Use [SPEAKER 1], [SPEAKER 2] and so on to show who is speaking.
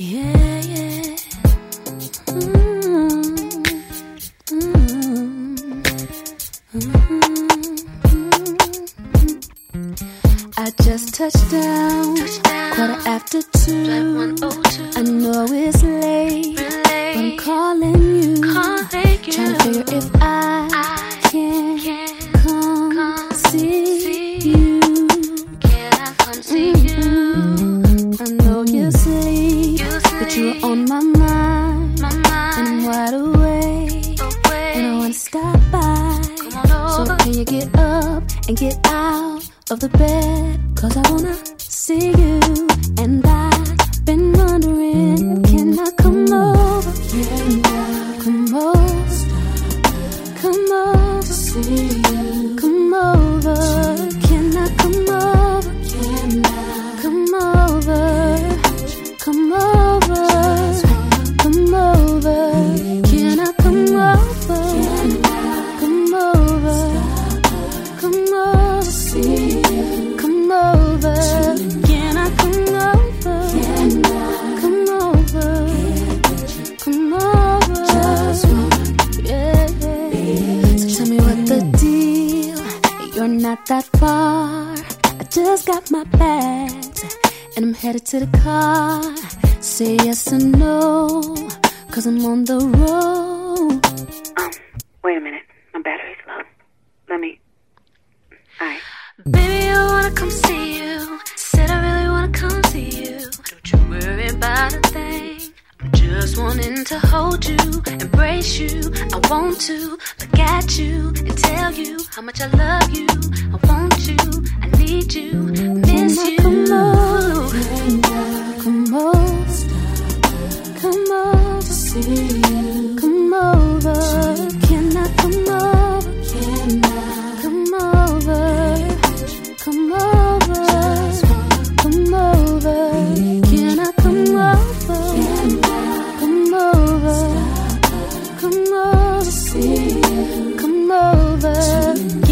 [SPEAKER 1] Mm, mm, mm, touchdown. Quarter after two. I know it's oh. late. but I'm calling you. Trying to figure if I, can, come, see, you. Mm. I know you sleep, but you were on my mind. And I'm wide awake. And I wanna stop by. So can you get up and get out of the bed? Cause I wanna see you. And I've been wondering, can I come over? Come over. Come over. Come over. Can I come over? Come over. Come over, come over. Can I come over? Come over, come over. Come over. Can I come over? Come over, come over. Yeah. So tell me what the deal. You're not that far. I just got my bags and I'm headed to the car. Say yes or no, cause I'm on the road.
[SPEAKER 2] Um, wait a minute. My battery's low. Let me. Alright.
[SPEAKER 3] Baby, I wanna come see you. Said I really wanna come see you. Don't you worry about a thing. I'm just wanting to hold you, embrace you. I want to look at you and tell you how much I love you. I want you, I need you, miss
[SPEAKER 1] Can I
[SPEAKER 3] you.
[SPEAKER 1] Come over, come over, come over, come over. Can I come over? Come over, come over, come over. Can I come over? Come over, come over, come over.